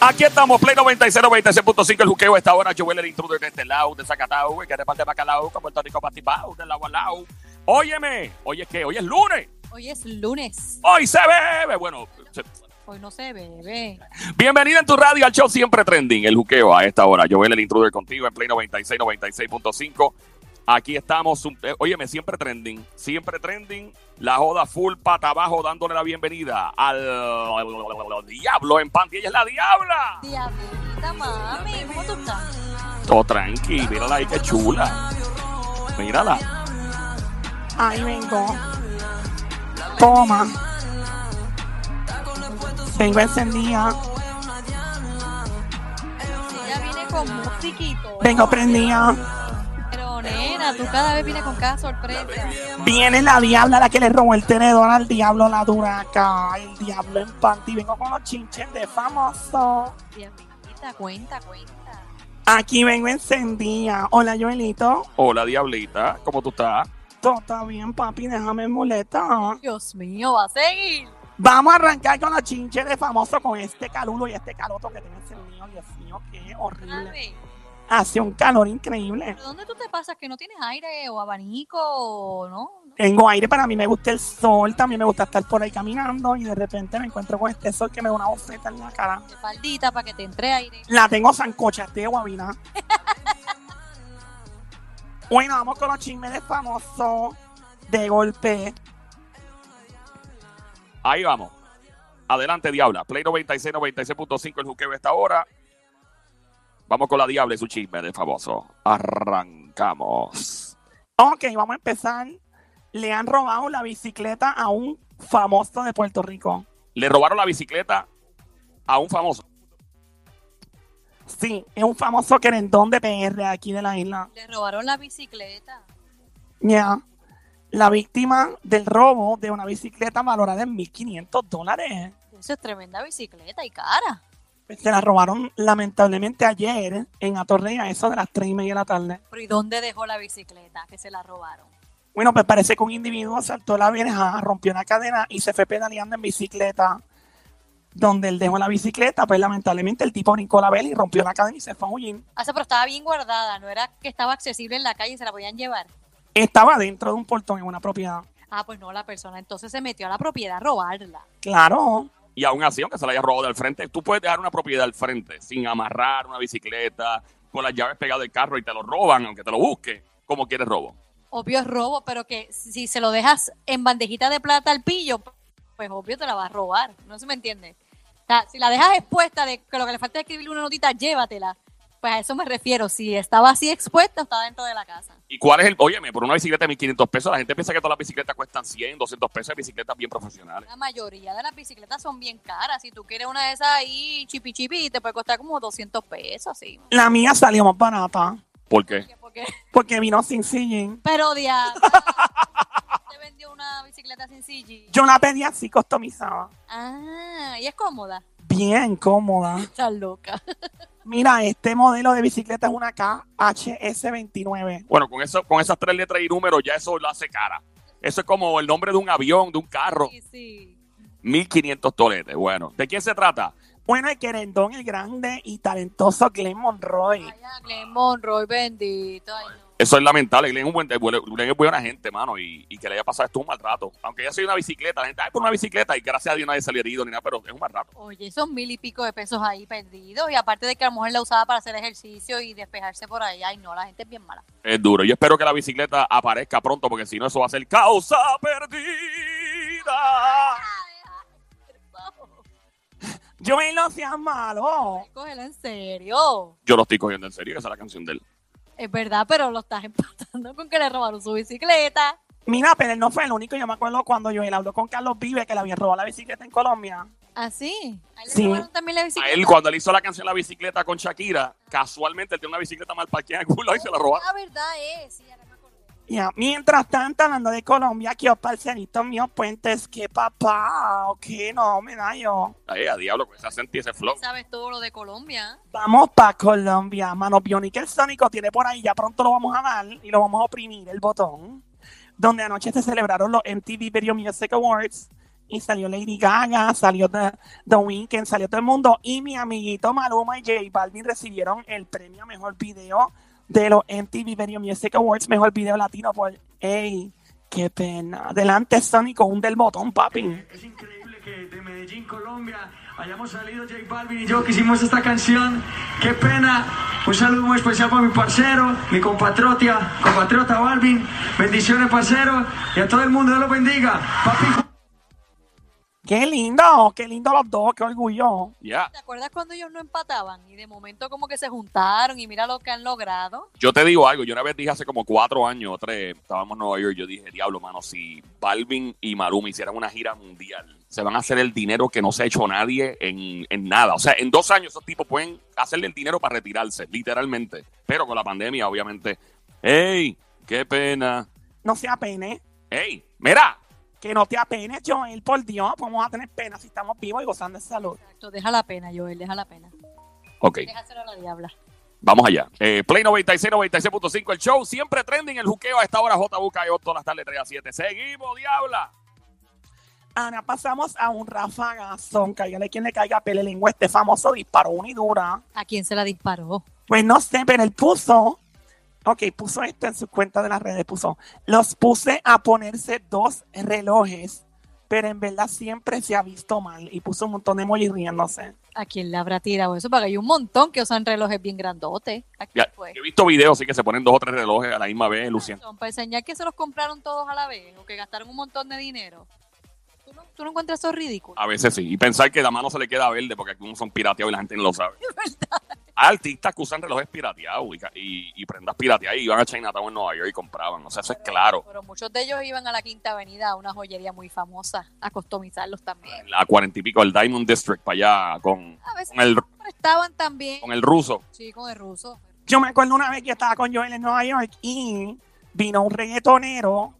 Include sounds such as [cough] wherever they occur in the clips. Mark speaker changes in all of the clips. Speaker 1: Aquí estamos, Play 96, 96.5, el juqueo esta hora, Joel, el intruder de este lado, de Zacatau, que reparte bacalao, que Puerto Rico patibao, de lado a lado. Óyeme, hoy es que, hoy es lunes,
Speaker 2: Hoy es lunes.
Speaker 1: hoy se bebe, bueno, se-
Speaker 2: Hoy no se bebe.
Speaker 1: bienvenida en tu radio al show siempre trending, el juqueo a esta hora, Joel, el intruder contigo en Play 96, 96.5. Aquí estamos, un- eh, óyeme, siempre trending, siempre trending, la joda full pata abajo dándole la bienvenida al, diablo en panty, ella es la diabla.
Speaker 2: Diablita, mami, ¿cómo tú estás?
Speaker 1: Todo Oh, tranqui, mírala ahí, qué chula. Mírala.
Speaker 3: Ay, vengo. Toma. Vengo encendida.
Speaker 2: Ella viene con musiquito. ¿eh?
Speaker 3: Vengo prendida.
Speaker 2: Pero nena, tú cada vez vienes con cada sorpresa.
Speaker 3: Viene la diabla, la que le robó el tenedor al diablo, la duraca. El diablo en panty. Vengo con los chinches de famoso.
Speaker 2: Diablita, cuenta, cuenta.
Speaker 3: Aquí vengo encendida. Hola, Joelito.
Speaker 1: Hola, Diablita, ¿cómo tú estás?
Speaker 3: Todo está bien, papi. Déjame en muleta.
Speaker 2: Dios mío, va a seguir.
Speaker 3: Vamos a arrancar con los chinches de famoso con este calulo y este caloto que tengo encendido. Dios mío, qué horrible.
Speaker 2: Mami,
Speaker 3: Hace un calor increíble.
Speaker 2: ¿pero ¿dónde tú te pasas que no tienes aire o abanico o no?
Speaker 3: tengo aire, para mí me gusta el sol, también me gusta estar por ahí caminando y de repente me encuentro con este sol que me da una bofeta en la cara.
Speaker 2: De faldita para que te entre aire.
Speaker 3: La tengo sancocha, de guabina. bueno, vamos con los chismes de famoso de golpe.
Speaker 1: Ahí vamos. Adelante, Diabla. Play 96, 96.5, el juqueo a esta hora. Vamos con la Diabla y su chisme de famoso. Arrancamos.
Speaker 3: Ok, vamos a empezar. Le han robado la bicicleta a un famoso de Puerto Rico.
Speaker 1: Le robaron la bicicleta a un famoso.
Speaker 3: Sí, es un famoso querendón de PR aquí de la isla.
Speaker 2: Le robaron la bicicleta.
Speaker 3: Ya. La víctima del robo de una bicicleta valorada en 1.500 dólares.
Speaker 2: Eso es tremenda bicicleta y cara.
Speaker 3: pues, Se la robaron lamentablemente ayer en Atorrey a eso de las 3 y media de la tarde.
Speaker 2: Pero ¿y dónde dejó la bicicleta que se la robaron?
Speaker 3: Bueno, pues parece que un individuo saltó la verja, rompió una cadena y se fue pedaleando en bicicleta. Donde él dejó la bicicleta, pues lamentablemente el tipo brincó la vela y rompió la cadena y se fue a huir.
Speaker 2: O sea, pero estaba bien guardada, no era que estaba accesible en la calle y se la podían llevar.
Speaker 3: Estaba dentro de un portón en una propiedad.
Speaker 2: Ah, pues no, la persona entonces se metió a la propiedad a robarla.
Speaker 3: Claro,
Speaker 1: Y aún así, aunque se la haya robado del frente, tú puedes dejar una propiedad al frente sin amarrar una bicicleta, con las llaves pegadas del carro y te lo roban, aunque te lo busque, como quieres robo.
Speaker 2: Obvio es robo, pero que si se lo dejas en bandejita de plata al pillo, pues obvio te la va a robar. No se me entiende. O sea, si la dejas expuesta de que lo que le falta es escribirle una notita, llévatela. Pues a eso me refiero. Si estaba así expuesta, estaba dentro de la casa.
Speaker 1: ¿Y cuál es el...? Óyeme, por una bicicleta de 1.500 pesos, la gente piensa que todas las bicicletas cuestan 100, 200 pesos, hay bicicletas bien profesionales.
Speaker 2: La mayoría de las bicicletas son bien caras. Si tú quieres una de esas ahí, chipi chipi, te puede costar como 200 pesos, así.
Speaker 3: la mía salió más barata
Speaker 1: ¿Por qué?
Speaker 2: Porque
Speaker 3: porque vino sin sillín.
Speaker 2: Pero
Speaker 1: [laughs]
Speaker 2: diablo. te vendió una bicicleta sin CG.
Speaker 3: Yo la pedí así customizada,
Speaker 2: Ah, y es cómoda.
Speaker 3: bien cómoda.
Speaker 2: Estás loca.
Speaker 3: Mira, este modelo de bicicleta es una KHS29.
Speaker 1: Bueno, con eso, con esas tres letras y números, ya eso lo hace cara. Eso es como el nombre de un avión, de un carro.
Speaker 2: Sí, sí.
Speaker 1: 1500 toletes. Bueno, ¿de quién se trata?
Speaker 3: Bueno, el querendón, el grande y talentoso Glenn Monroy.
Speaker 2: Ay, a Glenn Monroy, bendito. Ay, no.
Speaker 1: Eso es lamentable. Glenn es, un buen, Glenn es buena gente, mano, y, y que le haya pasado esto un mal rato. Aunque ya soy una bicicleta, la gente, ay, por una bicicleta, y gracias a Dios nadie salió herido ni nada, pero es un mal rato.
Speaker 2: Oye, son mil y pico de pesos ahí perdidos. Y aparte de que a lo mejor la usaba para hacer ejercicio y despejarse por ahí. Ay, no, la gente es bien mala.
Speaker 1: Es duro. Yo espero que la bicicleta aparezca pronto, porque si no, eso va a ser causa perdida.
Speaker 3: Joel, no seas malo.
Speaker 2: Cógela en serio.
Speaker 1: Yo lo estoy cogiendo en serio, esa es la canción de él.
Speaker 2: Es verdad, pero lo estás empatando con que le robaron su bicicleta.
Speaker 3: Mira, pero él no fue el único. Yo me acuerdo cuando Joel habló con Carlos Vive que le habían robado la bicicleta en Colombia.
Speaker 2: Así. ¿Ah, ¿A él le
Speaker 3: Sí.
Speaker 2: robaron también la
Speaker 1: A
Speaker 2: bicicleta?
Speaker 1: él, cuando él hizo la canción La bicicleta con Shakira, casualmente él tiene una bicicleta mal parqueada en algún lado y se la robaron.
Speaker 2: La verdad es, sí, ahora me acordé.
Speaker 3: Ya, Mientras tanto, hablando de Colombia, aquí los parcelitos míos puentes, que papá, o qué no, me da yo.
Speaker 1: Ay, a diablo, con ese acento y ese flow.
Speaker 2: Sabes todo lo de Colombia.
Speaker 3: Vamos para Colombia, mano biónica el Sónico tiene por ahí, ya pronto lo vamos a dar y lo vamos a oprimir el botón. Donde anoche se celebraron los MTV Video Music Awards y salió Lady Gaga, salió The, The Weeknd, salió todo el mundo. Y mi amiguito Maluma y J Balvin recibieron el premio a Mejor Video de los MTV Video Music Awards, Mejor Video Latino por... ¡Ey! ¡Qué pena! Adelante, Sonic, con un del botón, papi.
Speaker 4: Es increíble que de Medellín, Colombia, hayamos salido J Balvin y yo que hicimos esta canción. ¡Qué pena! Un saludo muy especial para mi parcero, mi compatriota, compatriota Balvin. Bendiciones, parcero, y a todo el mundo, Dios los bendiga. Papi,
Speaker 3: ¡Qué lindo! ¡Qué lindo los dos! ¡Qué orgullo!
Speaker 1: Ya.
Speaker 2: ¿Te acuerdas cuando ellos no empataban y de momento como que se juntaron y mira lo que han logrado?
Speaker 1: Yo te digo algo, yo una vez dije hace como cuatro años o tres, estábamos en Nueva York, yo dije, diablo, mano, si Balvin y Maluma hicieran una gira mundial, se van a hacer el dinero que no se ha hecho nadie en, en nada. O sea, en dos años esos tipos pueden hacerle el dinero para retirarse, literalmente. Pero con la pandemia, obviamente. ¡Ey! ¡Qué pena!
Speaker 3: No se apene,
Speaker 1: ¡Ey! ¡Mira!
Speaker 3: que no te apenes, Joel, por Dios, vamos a tener pena si estamos vivos y gozando de salud.
Speaker 2: Exacto, deja la pena, Joel, deja la pena.
Speaker 1: Ok,
Speaker 2: Déjaselo a la diabla.
Speaker 1: vamos allá. Eh, Play 96, 96.5, el show, siempre trending, el juqueo a esta hora, JBK, todas las tardes 3 a 7. ¡Seguimos, diabla!
Speaker 3: Ana, pasamos a un rafagazón, cáigale quien le caiga pele lengua, este famoso disparó una y dura.
Speaker 2: ¿A quién se la disparó?
Speaker 3: Pues no sé, pero él puso, ok, puso esto en su cuenta de las redes, puso, los puse a ponerse dos relojes, pero en verdad siempre se ha visto mal, y puso un montón de emojis riéndose.
Speaker 2: ¿A quién le habrá tirado eso? Porque hay un montón que usan relojes bien grandotes. ¿A quién
Speaker 1: Ya,
Speaker 2: fue?
Speaker 1: He visto videos, sí que se ponen dos o tres relojes a la misma vez, Lucien.
Speaker 2: Son para enseñar que se los compraron todos a la vez o que gastaron un montón de dinero. ¿Tú no, tú no encuentras eso [laughs] ridículo?
Speaker 1: A veces sí. Y pensar que la mano se le queda verde porque algunos son pirateados y la gente no lo sabe. Hay artistas que usan relojes pirateados y, ca- y- y prendas pirateadas y iban a Chinatown en Nueva York y compraban. O sea, eso es claro.
Speaker 2: Pero muchos de ellos iban a la Quinta Avenida, a una joyería muy famosa, a customizarlos también.
Speaker 1: La cuarenta y pico, el Diamond District para allá con,
Speaker 2: A veces
Speaker 1: con, el,
Speaker 2: prestaban también.
Speaker 1: con el ruso.
Speaker 2: Sí, con el ruso.
Speaker 3: Yo me acuerdo una vez que estaba con Joel en Nueva York y vino un reggaetonero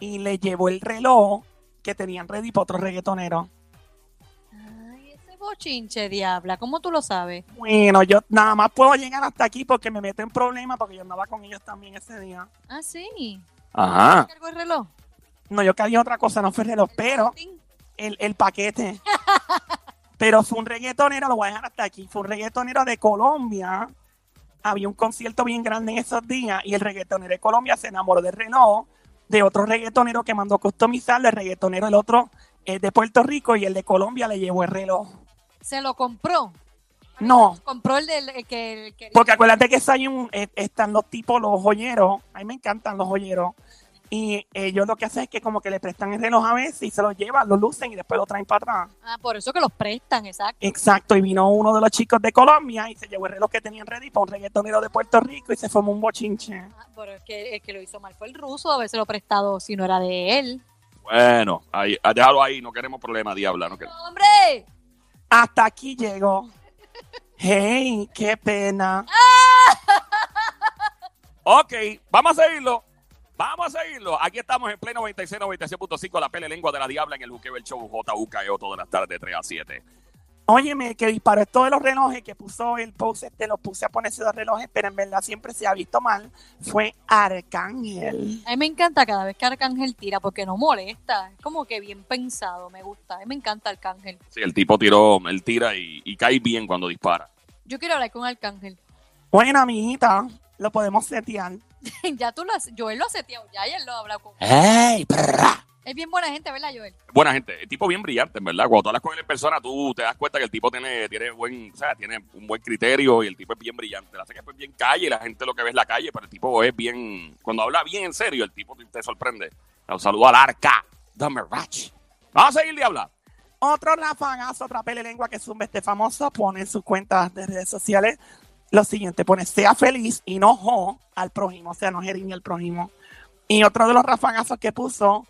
Speaker 3: y le llevó el reloj que tenían ready para otro reggaetonero.
Speaker 2: Ay, ese bochinche, diabla. ¿Cómo tú lo sabes?
Speaker 3: Bueno, yo nada más puedo llegar hasta aquí porque me meto en problemas porque yo andaba con ellos también ese día.
Speaker 2: Ah, sí.
Speaker 1: Ajá.
Speaker 2: Cargo el reloj.
Speaker 3: No, yo caí en otra cosa, no fue el reloj, pero
Speaker 2: Ting.
Speaker 3: el, el paquete. Pero fue un reggaetonero, lo voy a dejar hasta aquí. Fue un reggaetonero de Colombia. Había un concierto bien grande en esos días y el reggaetonero de Colombia se enamoró del reloj de otro reggaetonero que mandó customizarlo. El reggaetonero, el otro es de Puerto Rico y el de Colombia le llevó el reloj.
Speaker 2: Se lo compró.
Speaker 3: No,
Speaker 2: Compró el, del, el que el que-
Speaker 3: porque acuérdate que hay un, eh, están los tipos, los joyeros. A mí me encantan los joyeros. Y ellos lo que hacen es que como que le prestan el reloj a veces y se lo llevan, lo lucen y después lo traen para atrás.
Speaker 2: Ah, por eso que los prestan, exacto.
Speaker 3: Exacto, y vino uno de los chicos de Colombia y se llevó el reloj que tenían ready para un reggaetonero de Puerto Rico y se formó un bochinche.
Speaker 2: Ah, pero el que, el que lo hizo mal fue el ruso, a veces lo prestado si no era de él.
Speaker 1: Bueno, ahí, ah, déjalo ahí, no queremos problemas, diabla. No queremos.
Speaker 2: ¡Hombre!
Speaker 3: Hasta aquí llegó. Hey, qué pena.
Speaker 1: Ok, vamos a seguirlo. Vamos a seguirlo. Aquí estamos en pleno 96, 96.5, la pele lengua de la diabla en el Juqueo, el show JUKEO E todas las tardes 3 a 7.
Speaker 3: Óyeme, que disparó esto de los relojes que puso el post, te lo puse a ponerse dos relojes, pero en verdad siempre se ha visto mal. Fue Arcángel.
Speaker 2: A mí me encanta cada vez que Arcángel tira porque no molesta. Es como que bien pensado, me gusta. A mí me encanta Arcángel.
Speaker 1: Sí, el tipo tiró, él tira y, y cae bien cuando dispara.
Speaker 2: Yo quiero hablar con Arcángel. [laughs]
Speaker 3: Bueno, amiguita, lo podemos setear.
Speaker 2: ya tú lo has, Joel lo ha seteado, ya ayer lo ha hablado con
Speaker 1: ¡Ey, perra!
Speaker 2: Es bien buena gente, ¿verdad, Joel?
Speaker 1: Buena gente, el tipo bien brillante, en verdad. Cuando tú hablas con él en persona, tú te das cuenta que el tipo tiene, tiene, buen, o sea, tiene un buen criterio y el tipo es bien brillante. La hace que es bien calle, la gente lo que ve es la calle, pero el tipo es bien. Cuando habla bien en serio, el tipo te, te sorprende. Un saludo al arca, Dame Rach. Vamos a seguir, diabla.
Speaker 3: Otro rafagazo, otra pele lengua que zumba este famoso, pone en sus cuentas de redes sociales lo siguiente, pone sea feliz y no jo al prójimo, o sea, no jeringue al prójimo. Y otro de los rafagazos que puso,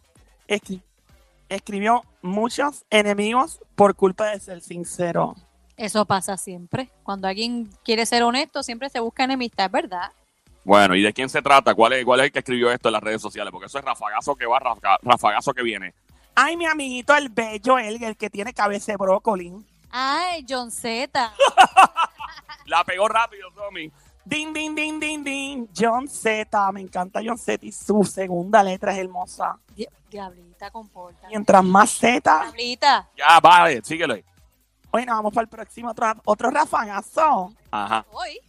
Speaker 3: escri- escribió muchos enemigos por culpa de ser sincero.
Speaker 2: Eso pasa siempre. Cuando alguien quiere ser honesto, siempre se busca enemistad, ¿verdad?
Speaker 1: Bueno, ¿y de quién se trata? ¿Cuál es, ¿Cuál es el que escribió esto en las redes sociales? Porque eso es rafagazo que va, rafa- rafagazo que viene.
Speaker 3: Ay, mi amiguito, el bello, el, el que tiene cabeza de brócoli.
Speaker 2: Ay, John Z.
Speaker 1: La pegó rápido, Tommy.
Speaker 3: Din, din, din, din, din. John Z. Me encanta John Z. Y su segunda letra es hermosa.
Speaker 2: Di- Diablita, comporta.
Speaker 3: Mientras más Z.
Speaker 2: Diablita.
Speaker 1: Ya, vale, síguele.
Speaker 3: Bueno, vamos para el próximo otro, otro rafagazo.
Speaker 1: Ajá.
Speaker 2: Hoy.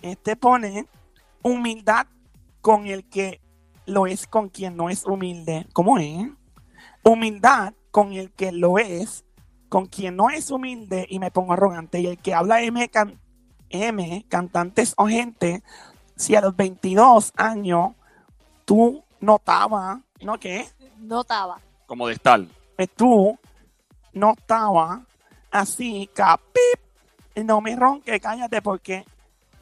Speaker 3: Este pone humildad con el que lo es con quien no es humilde. ¿Cómo es? Humildad con el que lo es, con quien no es humilde y me pongo arrogante. Y el que habla M, can- M cantantes o gente, si a los 22 años tú notabas, ¿no qué?
Speaker 2: Notaba.
Speaker 1: Como de estar.
Speaker 3: Pues tú no estabas así, capip. No me ronque, cállate, porque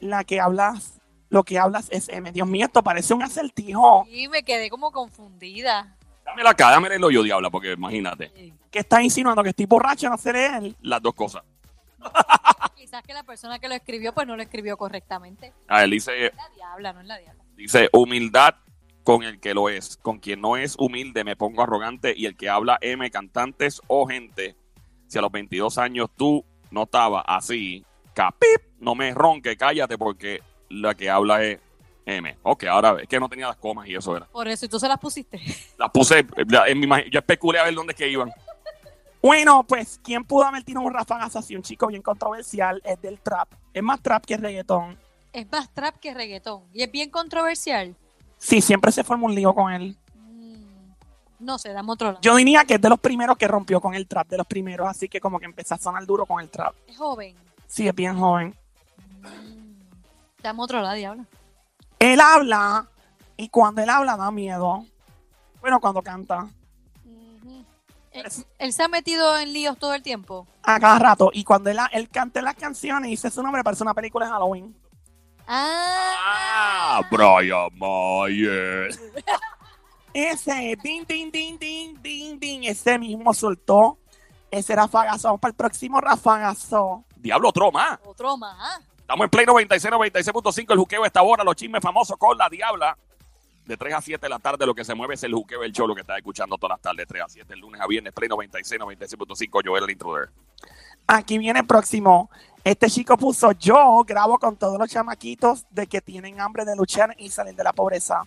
Speaker 3: la que hablas, lo que hablas es M. Dios mío, esto parece un acertijo.
Speaker 2: Y me quedé como confundida.
Speaker 1: Dámela acá, dámela yo, diabla, porque imagínate.
Speaker 3: Que está insinuando que estoy borracho, no seré él.
Speaker 1: Las dos cosas.
Speaker 2: Quizás que la persona que lo escribió, pues no lo escribió correctamente.
Speaker 1: A él dice,
Speaker 2: Es la diabla, no es la diabla.
Speaker 1: dice, humildad con el que lo es. Con quien no es humilde me pongo arrogante y el que habla M, cantantes o gente. Si a los 22 años tú no estabas así, capip, no me ronque, cállate, porque la que habla es M. Ok, ahora es que no tenía las comas y eso era.
Speaker 2: Por eso, y tú se las pusiste. [laughs]
Speaker 1: Las puse, la- en mi imag- yo especulé a ver dónde es que iban.
Speaker 3: Bueno, pues, ¿quién pudo haber tirado un rafagazo así? Un chico bien controversial, es del trap. Es más trap que reggaetón.
Speaker 2: Es más trap que reggaetón. Y es bien controversial.
Speaker 3: Sí, siempre se forma un lío con él.
Speaker 2: Mm, No sé, dame otro lado.
Speaker 3: Yo diría que es de los primeros que rompió con el trap, de los primeros, así que como que empezó a sonar duro con el trap.
Speaker 2: Es joven.
Speaker 3: Sí, es bien joven.
Speaker 2: Mm, Dame otro lado, diabla.
Speaker 3: Él habla y cuando él habla da miedo. Bueno, cuando canta,
Speaker 2: Ujú. Él,
Speaker 3: Es-
Speaker 2: Eh, él se ha metido en líos todo el tiempo.
Speaker 3: a cada rato. Y cuando él, él canta las canciones y dice su nombre, parece una película de Halloween.
Speaker 1: Ah,
Speaker 2: Ah,
Speaker 1: Brian Mayer.
Speaker 3: Ese, din, din, din, din, din, din, ese mismo soltó. Ese rafagazo. Vamos para el próximo rafagazo.
Speaker 1: Diablo, otro más.
Speaker 2: otro más.
Speaker 1: Estamos en Play 96, 96.5, el juqueo está ahora, los chismes famosos con la diabla. De 3 a 7 de la tarde lo que se mueve es el juqueo, el show, lo que estás escuchando todas las tardes, 3 a 7, el lunes a viernes, Play 96, 96.5, Joel el intruder.
Speaker 3: Aquí viene el próximo. Este chico puso, yo grabo con todos los chamaquitos de que tienen hambre de luchar y salir de la pobreza.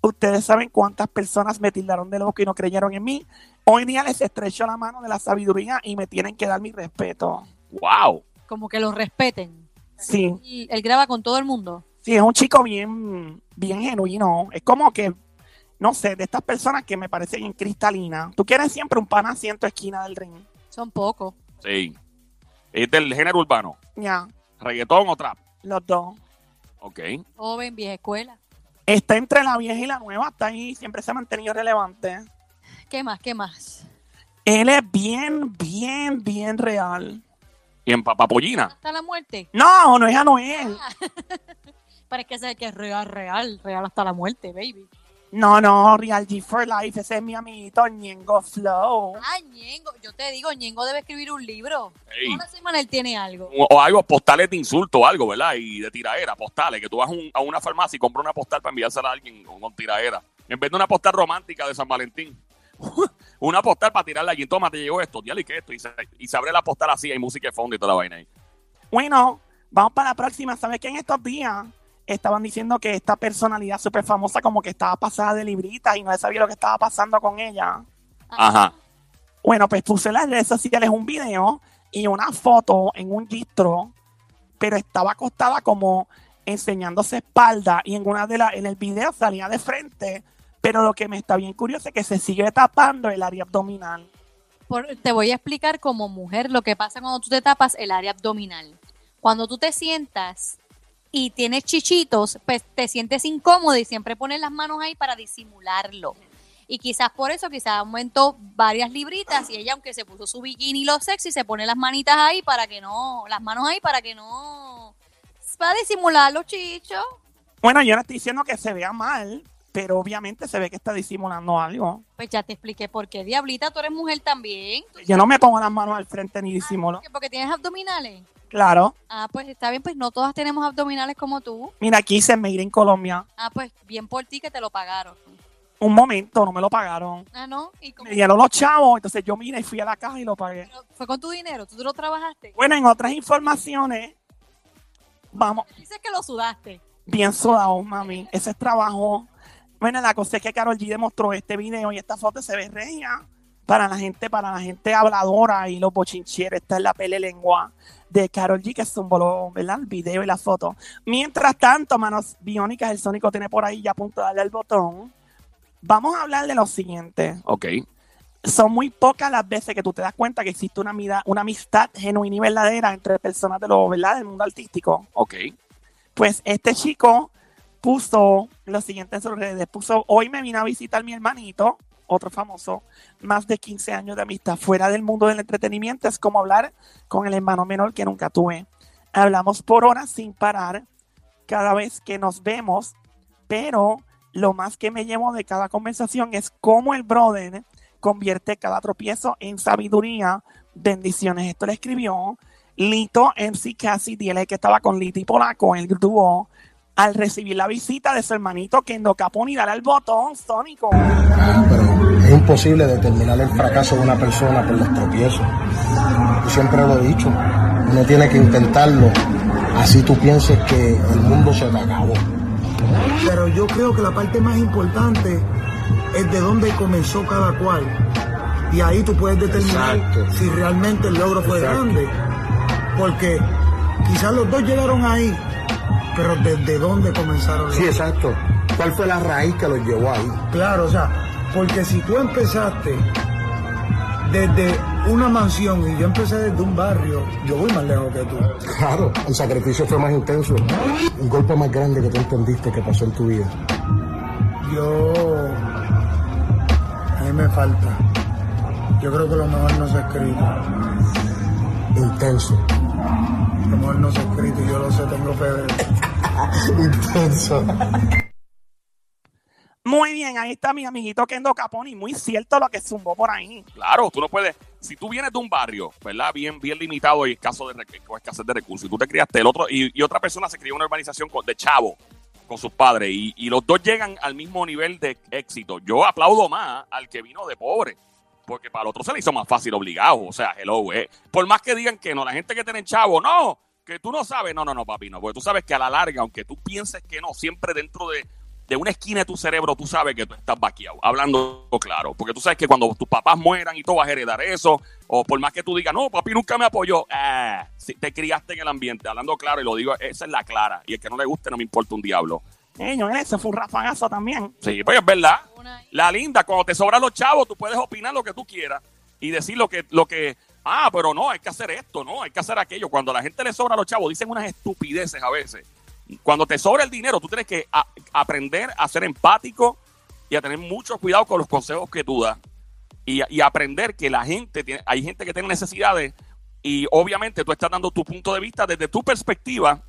Speaker 3: Ustedes saben cuántas personas me tildaron de loco y no creyeron en mí. Hoy día les estrecho la mano de la sabiduría y me tienen que dar mi respeto.
Speaker 1: ¡Wow!
Speaker 2: Como que lo respeten.
Speaker 3: Sí,
Speaker 2: Y él graba con todo el mundo.
Speaker 3: sí, es un chico bien, bien genuino. Es como que, no sé, de estas personas que me parecen bien cristalina. Tú quieres siempre un pana así en tu esquina del ring.
Speaker 2: Son pocos.
Speaker 1: Sí. Es del género urbano,
Speaker 3: Ya,
Speaker 1: reggaetón o trap.
Speaker 3: los dos.
Speaker 1: Ok.
Speaker 2: Joven, vieja escuela.
Speaker 3: Está entre la vieja y la nueva, está ahí, siempre se ha mantenido relevante.
Speaker 2: ¿Qué más? ¿Qué más?
Speaker 3: Él es bien, bien, bien real.
Speaker 1: Y en Papapollina.
Speaker 2: Hasta la muerte.
Speaker 3: No, no es Anuel.
Speaker 2: Parece que ese que es real, real, real hasta la muerte, baby.
Speaker 3: No, no, Real G for Life. Ese es mi amiguito Ñengo Flow.
Speaker 2: Ah, Ñengo. Yo te digo, Ñengo debe escribir un libro.
Speaker 1: Ey.
Speaker 2: Toda la semana él tiene algo.
Speaker 1: O, o algo, postales de insulto o algo, ¿verdad? Y de tiraera, postales, que tú vas un- a una farmacia y compras una postal para enviársela a alguien con, con tiraera. En vez de una postal romántica de San Valentín. [laughs] una postal para tirarla allí. Toma, te llegó esto, diale que esto. Y se, y se abre la postal así, hay música de fondo y toda la vaina ahí.
Speaker 3: Bueno, vamos para la próxima. ¿Sabes que en estos días estaban diciendo que esta personalidad súper famosa como que estaba pasada de librita y no se sabía lo que estaba pasando con ella?
Speaker 1: Ajá.
Speaker 3: Bueno, pues puse en las redes sociales un video y una foto en un distro, pero estaba acostada como enseñándose espalda y en una de las en el video salía de frente, pero lo que me está bien curioso es que se sigue tapando el área abdominal.
Speaker 2: Por- te voy a explicar como mujer lo que pasa cuando tú te tapas el área abdominal. Cuando tú te sientas y tienes chichitos, pues te sientes incómodo y siempre pones las manos ahí para disimularlo. Y quizás por eso, quizás aumentó varias libritas y ella, aunque se puso su bikini y lo sexy, se pone las manitas ahí para que no, las manos ahí para que no, para disimular los chichos.
Speaker 3: Bueno, yo no estoy diciendo que se vea mal, pero obviamente se ve que está disimulando algo.
Speaker 2: Pues ya te expliqué por qué, diablita, tú eres mujer también. ¿Tú
Speaker 3: Yo no me pongo las manos al frente ni disimulo.
Speaker 2: que Porque tienes abdominales.
Speaker 3: Claro.
Speaker 2: Ah, pues está bien, pues no todas tenemos abdominales como tú.
Speaker 3: Mira, aquí se me iré en Colombia.
Speaker 2: Ah, pues bien por ti que te lo pagaron.
Speaker 3: Un momento, no me lo pagaron.
Speaker 2: Ah, ¿no? ¿Y cómo?
Speaker 3: Me dieron los chavos, entonces yo miré y fui a la caja y lo pagué.
Speaker 2: Pero ¿Fue con tu dinero? ¿Tú lo trabajaste?
Speaker 3: Bueno, en otras informaciones, Vamos,
Speaker 2: Dices que lo sudaste.
Speaker 3: bien sudado, mami. Ese es trabajo. Bueno, la cosa es que Carol G demostró este video y esta foto se ve reña para la gente, para la gente habladora y los bochincheros. Esta es la pele lengua de Carol G que voló, ¿verdad? El video y la foto. Mientras tanto, manos biónicas, el Sónico tiene por ahí ya a punto de darle al botón. Vamos a hablar de lo siguiente.
Speaker 1: Ok.
Speaker 3: Son muy pocas las veces que tú te das cuenta que existe una, amida- una amistad genuina y verdadera entre personas de lo, ¿verdad? del mundo artístico.
Speaker 1: Ok.
Speaker 3: Pues este chico puso lo siguiente en sus redes. Puso, hoy me vino a visitar mi hermanito, otro famoso, más de 15 años de amistad fuera del mundo del entretenimiento. Es como hablar con el hermano menor que nunca tuve. Hablamos por horas sin parar cada vez que nos vemos, pero lo más que me llevo de cada conversación es cómo el brother convierte cada tropiezo en sabiduría. Bendiciones. Esto le escribió Lito MC Cassidy, el que estaba con Liti Polaco en el dúo, al recibir la visita de su hermanito Kendo Capone y darle al botón sónico.
Speaker 5: pero es imposible determinar el fracaso de una persona por los tropiezos. Yo siempre lo he dicho, uno tiene que intentarlo, así tú pienses que el mundo se te acabó.
Speaker 6: Pero yo creo que la parte más importante es de dónde comenzó cada cual. Y ahí tú puedes determinar
Speaker 5: Exacto.
Speaker 6: si realmente el logro fue
Speaker 5: Exacto.
Speaker 6: grande. Porque quizás los dos llegaron ahí, pero desde dónde comenzaron. los
Speaker 5: Sí, exacto. ¿Cuál fue la raíz que los llevó ahí?
Speaker 6: Claro, o sea, porque si tú empezaste desde una mansión y yo empecé desde un barrio, yo voy más lejos que tú.
Speaker 5: Claro, el sacrificio fue más intenso. Un golpe más grande que tú entendiste que pasó en tu vida.
Speaker 6: Yo. A mí me falta. Yo creo que lo mejor no se ha escrito.
Speaker 5: Intenso.
Speaker 6: Lo mejor no se ha escrito y yo lo sé, tengo fe de
Speaker 5: Intenso.
Speaker 3: Muy bien, ahí está mi amiguito Kendo Capone, y muy cierto lo que zumbó por ahí.
Speaker 1: Claro, tú no puedes. Si tú vienes de un barrio, ¿verdad? Bien, bien limitado y escaso de rec- con escasez de recursos, y tú te criaste el otro, y, y otra persona se crió en una urbanización con- de chavo con sus padres, y, y los dos llegan al mismo nivel de éxito. Yo aplaudo más al que vino de pobre, porque para el otro se le hizo más fácil obligado. O sea, hello, eh. Por más que digan que no, la gente que tiene chavo, no, que tú no sabes. No, no, no, papi, no. Porque tú sabes que a la larga, aunque tú pienses que no, siempre dentro de, de una esquina de tu cerebro, tú sabes que tú estás vaqueado, hablando claro. Porque tú sabes que cuando tus papás mueran y tú vas a heredar eso, o por más que tú digas, no, papi nunca me apoyó, ah, si te criaste en el ambiente, hablando claro, y lo digo, esa es la clara. Y el que no le guste no me importa un diablo.
Speaker 3: Señores, eso Eh, fue un rafagazo también.
Speaker 1: Sí, pues es verdad.
Speaker 2: Una ahí.
Speaker 1: La linda, cuando te sobran los chavos, tú puedes opinar lo que tú quieras y decir lo que, lo que, ah, pero no, hay que hacer esto, no, hay que hacer aquello. Cuando a la gente le sobra los chavos, dicen unas estupideces a veces. Cuando te sobra el dinero, tú tienes que a- aprender a ser empático y a tener mucho cuidado con los consejos que tú das y, y aprender que la gente tiene, hay gente que tiene necesidades y obviamente tú estás dando tu punto de vista desde tu perspectiva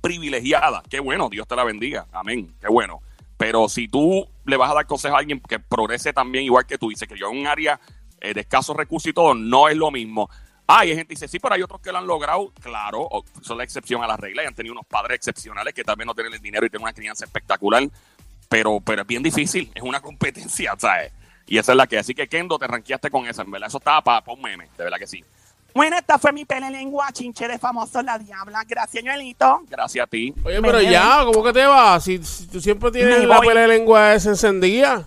Speaker 1: privilegiada. Qué bueno, Dios te la bendiga. Amén. Qué bueno. Pero si tú le vas a dar consejos a alguien que progrese también igual que tú, dices que yo en un área eh, de escasos recursos y todo, no es lo mismo. Ah, y hay gente que dice, sí, pero hay otros que lo han logrado. Claro, o- son la excepción a la regla y han tenido unos padres excepcionales que también no tienen el dinero y tienen una crianza espectacular. Pero, pero es bien difícil, es una [laughs] competencia, ¿sabes? Y esa es la que. Así que, Kendo, te ranqueaste con esa, en verdad. Eso estaba para un meme, de verdad que sí.
Speaker 3: Bueno, esta fue mi pele lengua, chinche de famosos, la diabla. Gracias, Ñuelito.
Speaker 1: Gracias a ti.
Speaker 7: Oye, Eh, pero
Speaker 3: Me
Speaker 7: ya, ¿cómo que te vas? Si, si tú siempre tienes
Speaker 3: Me
Speaker 7: la
Speaker 3: voy.
Speaker 7: pele de lengua esa encendida.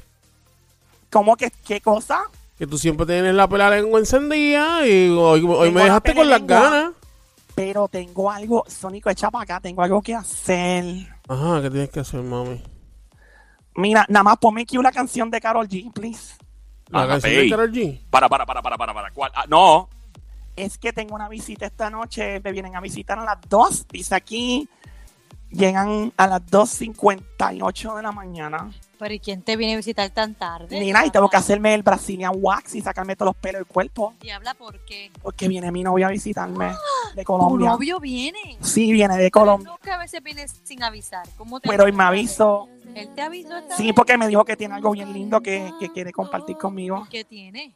Speaker 3: ¿Cómo que qué cosa?
Speaker 7: Que tú siempre tienes la pele de lengua encendida y hoy, hoy
Speaker 3: Tengo
Speaker 7: me
Speaker 3: la
Speaker 7: dejaste
Speaker 3: pele
Speaker 7: con las
Speaker 3: lengua.
Speaker 7: ganas.
Speaker 3: Pero tengo algo, Sónico, echa para acá, tengo algo que hacer.
Speaker 7: Ajá, ¿qué tienes que hacer, mami?
Speaker 3: Mira, nada más ponme aquí una canción de Carol G, please.
Speaker 7: La
Speaker 1: Ajá,
Speaker 7: canción
Speaker 1: ey.
Speaker 7: de Karol G.
Speaker 1: Para, para, para, para, para, para. ¿Cuál? Ah, no.
Speaker 3: es que tengo una visita esta noche, me vienen a visitar a las 2, dice aquí, llegan a las 2.58 de la mañana.
Speaker 2: Pero ¿y quién te viene a visitar tan tarde?
Speaker 3: Nina, y tengo que hacerme el Brazilian Wax y sacarme todos los pelos del cuerpo,
Speaker 2: Diabla, ¿por qué?
Speaker 3: porque viene mi novia a visitarme de
Speaker 2: Tu
Speaker 3: Colombia.
Speaker 2: novio viene.
Speaker 3: Sí, viene de Colombia.
Speaker 2: No, que a veces vienes sin avisar. ¿Cómo te
Speaker 3: Pero hoy me avisó,
Speaker 2: Él te avisó esta
Speaker 3: sí,
Speaker 2: vez?
Speaker 3: porque me dijo que tiene algo bien lindo que, que quiere compartir conmigo.
Speaker 2: ¿Qué tiene?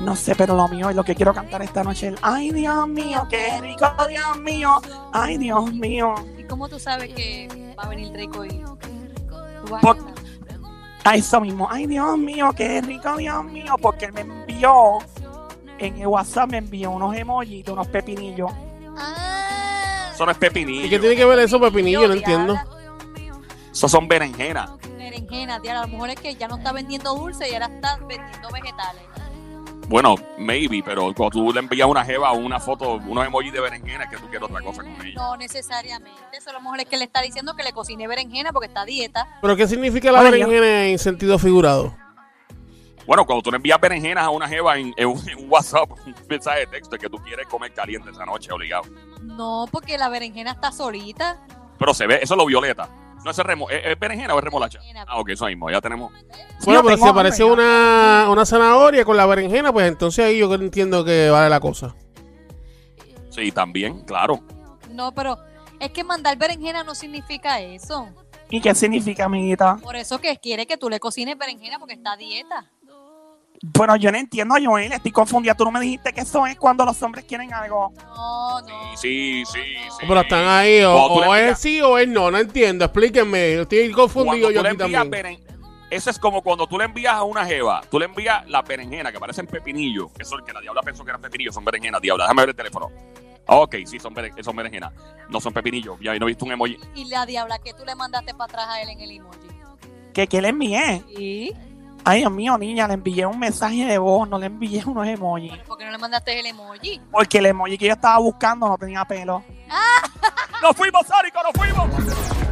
Speaker 3: No sé, pero lo mío y lo que quiero cantar esta noche es, ay Dios mío, qué rico, Dios mío, ay Dios mío.
Speaker 2: ¿Y cómo tú sabes que va a venir rico y tú vas a
Speaker 3: Por-
Speaker 2: cantar?
Speaker 3: A eso mismo. Ay, Dios mío, qué rico, Dios mío. Porque él me envió, en el WhatsApp me envió unos emojis de unos pepinillos.
Speaker 2: Ah,
Speaker 1: Eso no es
Speaker 7: ¿Y qué
Speaker 1: pepinillo.
Speaker 7: tiene que ver eso, Pepinillo? No entiendo.
Speaker 1: Eso son berenjenas.
Speaker 2: Berenjena, tía, a lo mejor es que ya no está vendiendo dulce y ahora está vendiendo vegetales.
Speaker 1: Bueno, maybe, pero cuando tú le envías una jeva o una foto, unos emojis de berenjena, es que tú quieres otra cosa con ella.
Speaker 2: No necesariamente. Eso a lo mejor es que le está diciendo que le cocine berenjena porque está a dieta.
Speaker 7: ¿Pero qué significa la
Speaker 3: Oye,
Speaker 7: berenjena en sentido figurado?
Speaker 1: Bueno, cuando tú le envías berenjenas a una jeva en, en un, en un WhatsApp, [laughs] un mensaje de texto, es que tú quieres comer caliente esa noche, obligado.
Speaker 2: No, porque la berenjena está solita.
Speaker 1: Pero se ve, eso es lo violeta. No, eso es, remo- ¿es, es berenjena o es remolacha?
Speaker 2: Berenjena.
Speaker 1: Ah, ok, eso mismo, ya tenemos.
Speaker 7: Bueno,
Speaker 3: yo
Speaker 7: pero
Speaker 3: tengo
Speaker 7: si aparece
Speaker 3: hambre,
Speaker 7: una, una zanahoria con la berenjena, pues entonces ahí yo que entiendo que vale la cosa.
Speaker 1: Sí, también, claro.
Speaker 2: No, pero es que mandar berenjena no significa eso.
Speaker 3: ¿Y qué significa, amiguita?
Speaker 2: Por eso que quiere que tú le cocines berenjena porque está a dieta.
Speaker 3: Bueno, yo no entiendo, Joel. Estoy confundida. Tú no me dijiste que eso es cuando los hombres quieren algo.
Speaker 2: No, no.
Speaker 1: Sí, sí, sí.
Speaker 7: Pero están ahí, o,
Speaker 1: Cuando tú le
Speaker 7: o es
Speaker 1: envías-
Speaker 7: sí o es no, no entiendo, explíquenme. Estoy confundido
Speaker 1: Cuando
Speaker 7: yo
Speaker 1: tú le
Speaker 7: aquí
Speaker 1: envías
Speaker 7: también.
Speaker 1: beren- Eso es como cuando tú le envías a una jeva, tú le envías la berenjena que parecen pepinillo. Eso es el que la diabla pensó que eran pepinillos, son berenjenas, diabla. Déjame ver el teléfono. Ah, Ok, sí, son, beren- son berenjenas. No son pepinillos. Ya no he visto un emoji.
Speaker 2: Y la diabla que tú le mandaste para atrás a él en el emoji.
Speaker 3: Que que le envié.
Speaker 2: ¿Y?
Speaker 3: Ay, Dios mío, niña, le envié un mensaje de voz, no le envié unos emojis.
Speaker 2: ¿Por qué no le mandaste el emoji?
Speaker 3: Porque el emoji que yo estaba buscando no tenía pelo.
Speaker 1: ¡Nos fuimos, Sónico! ¡Nos fuimos!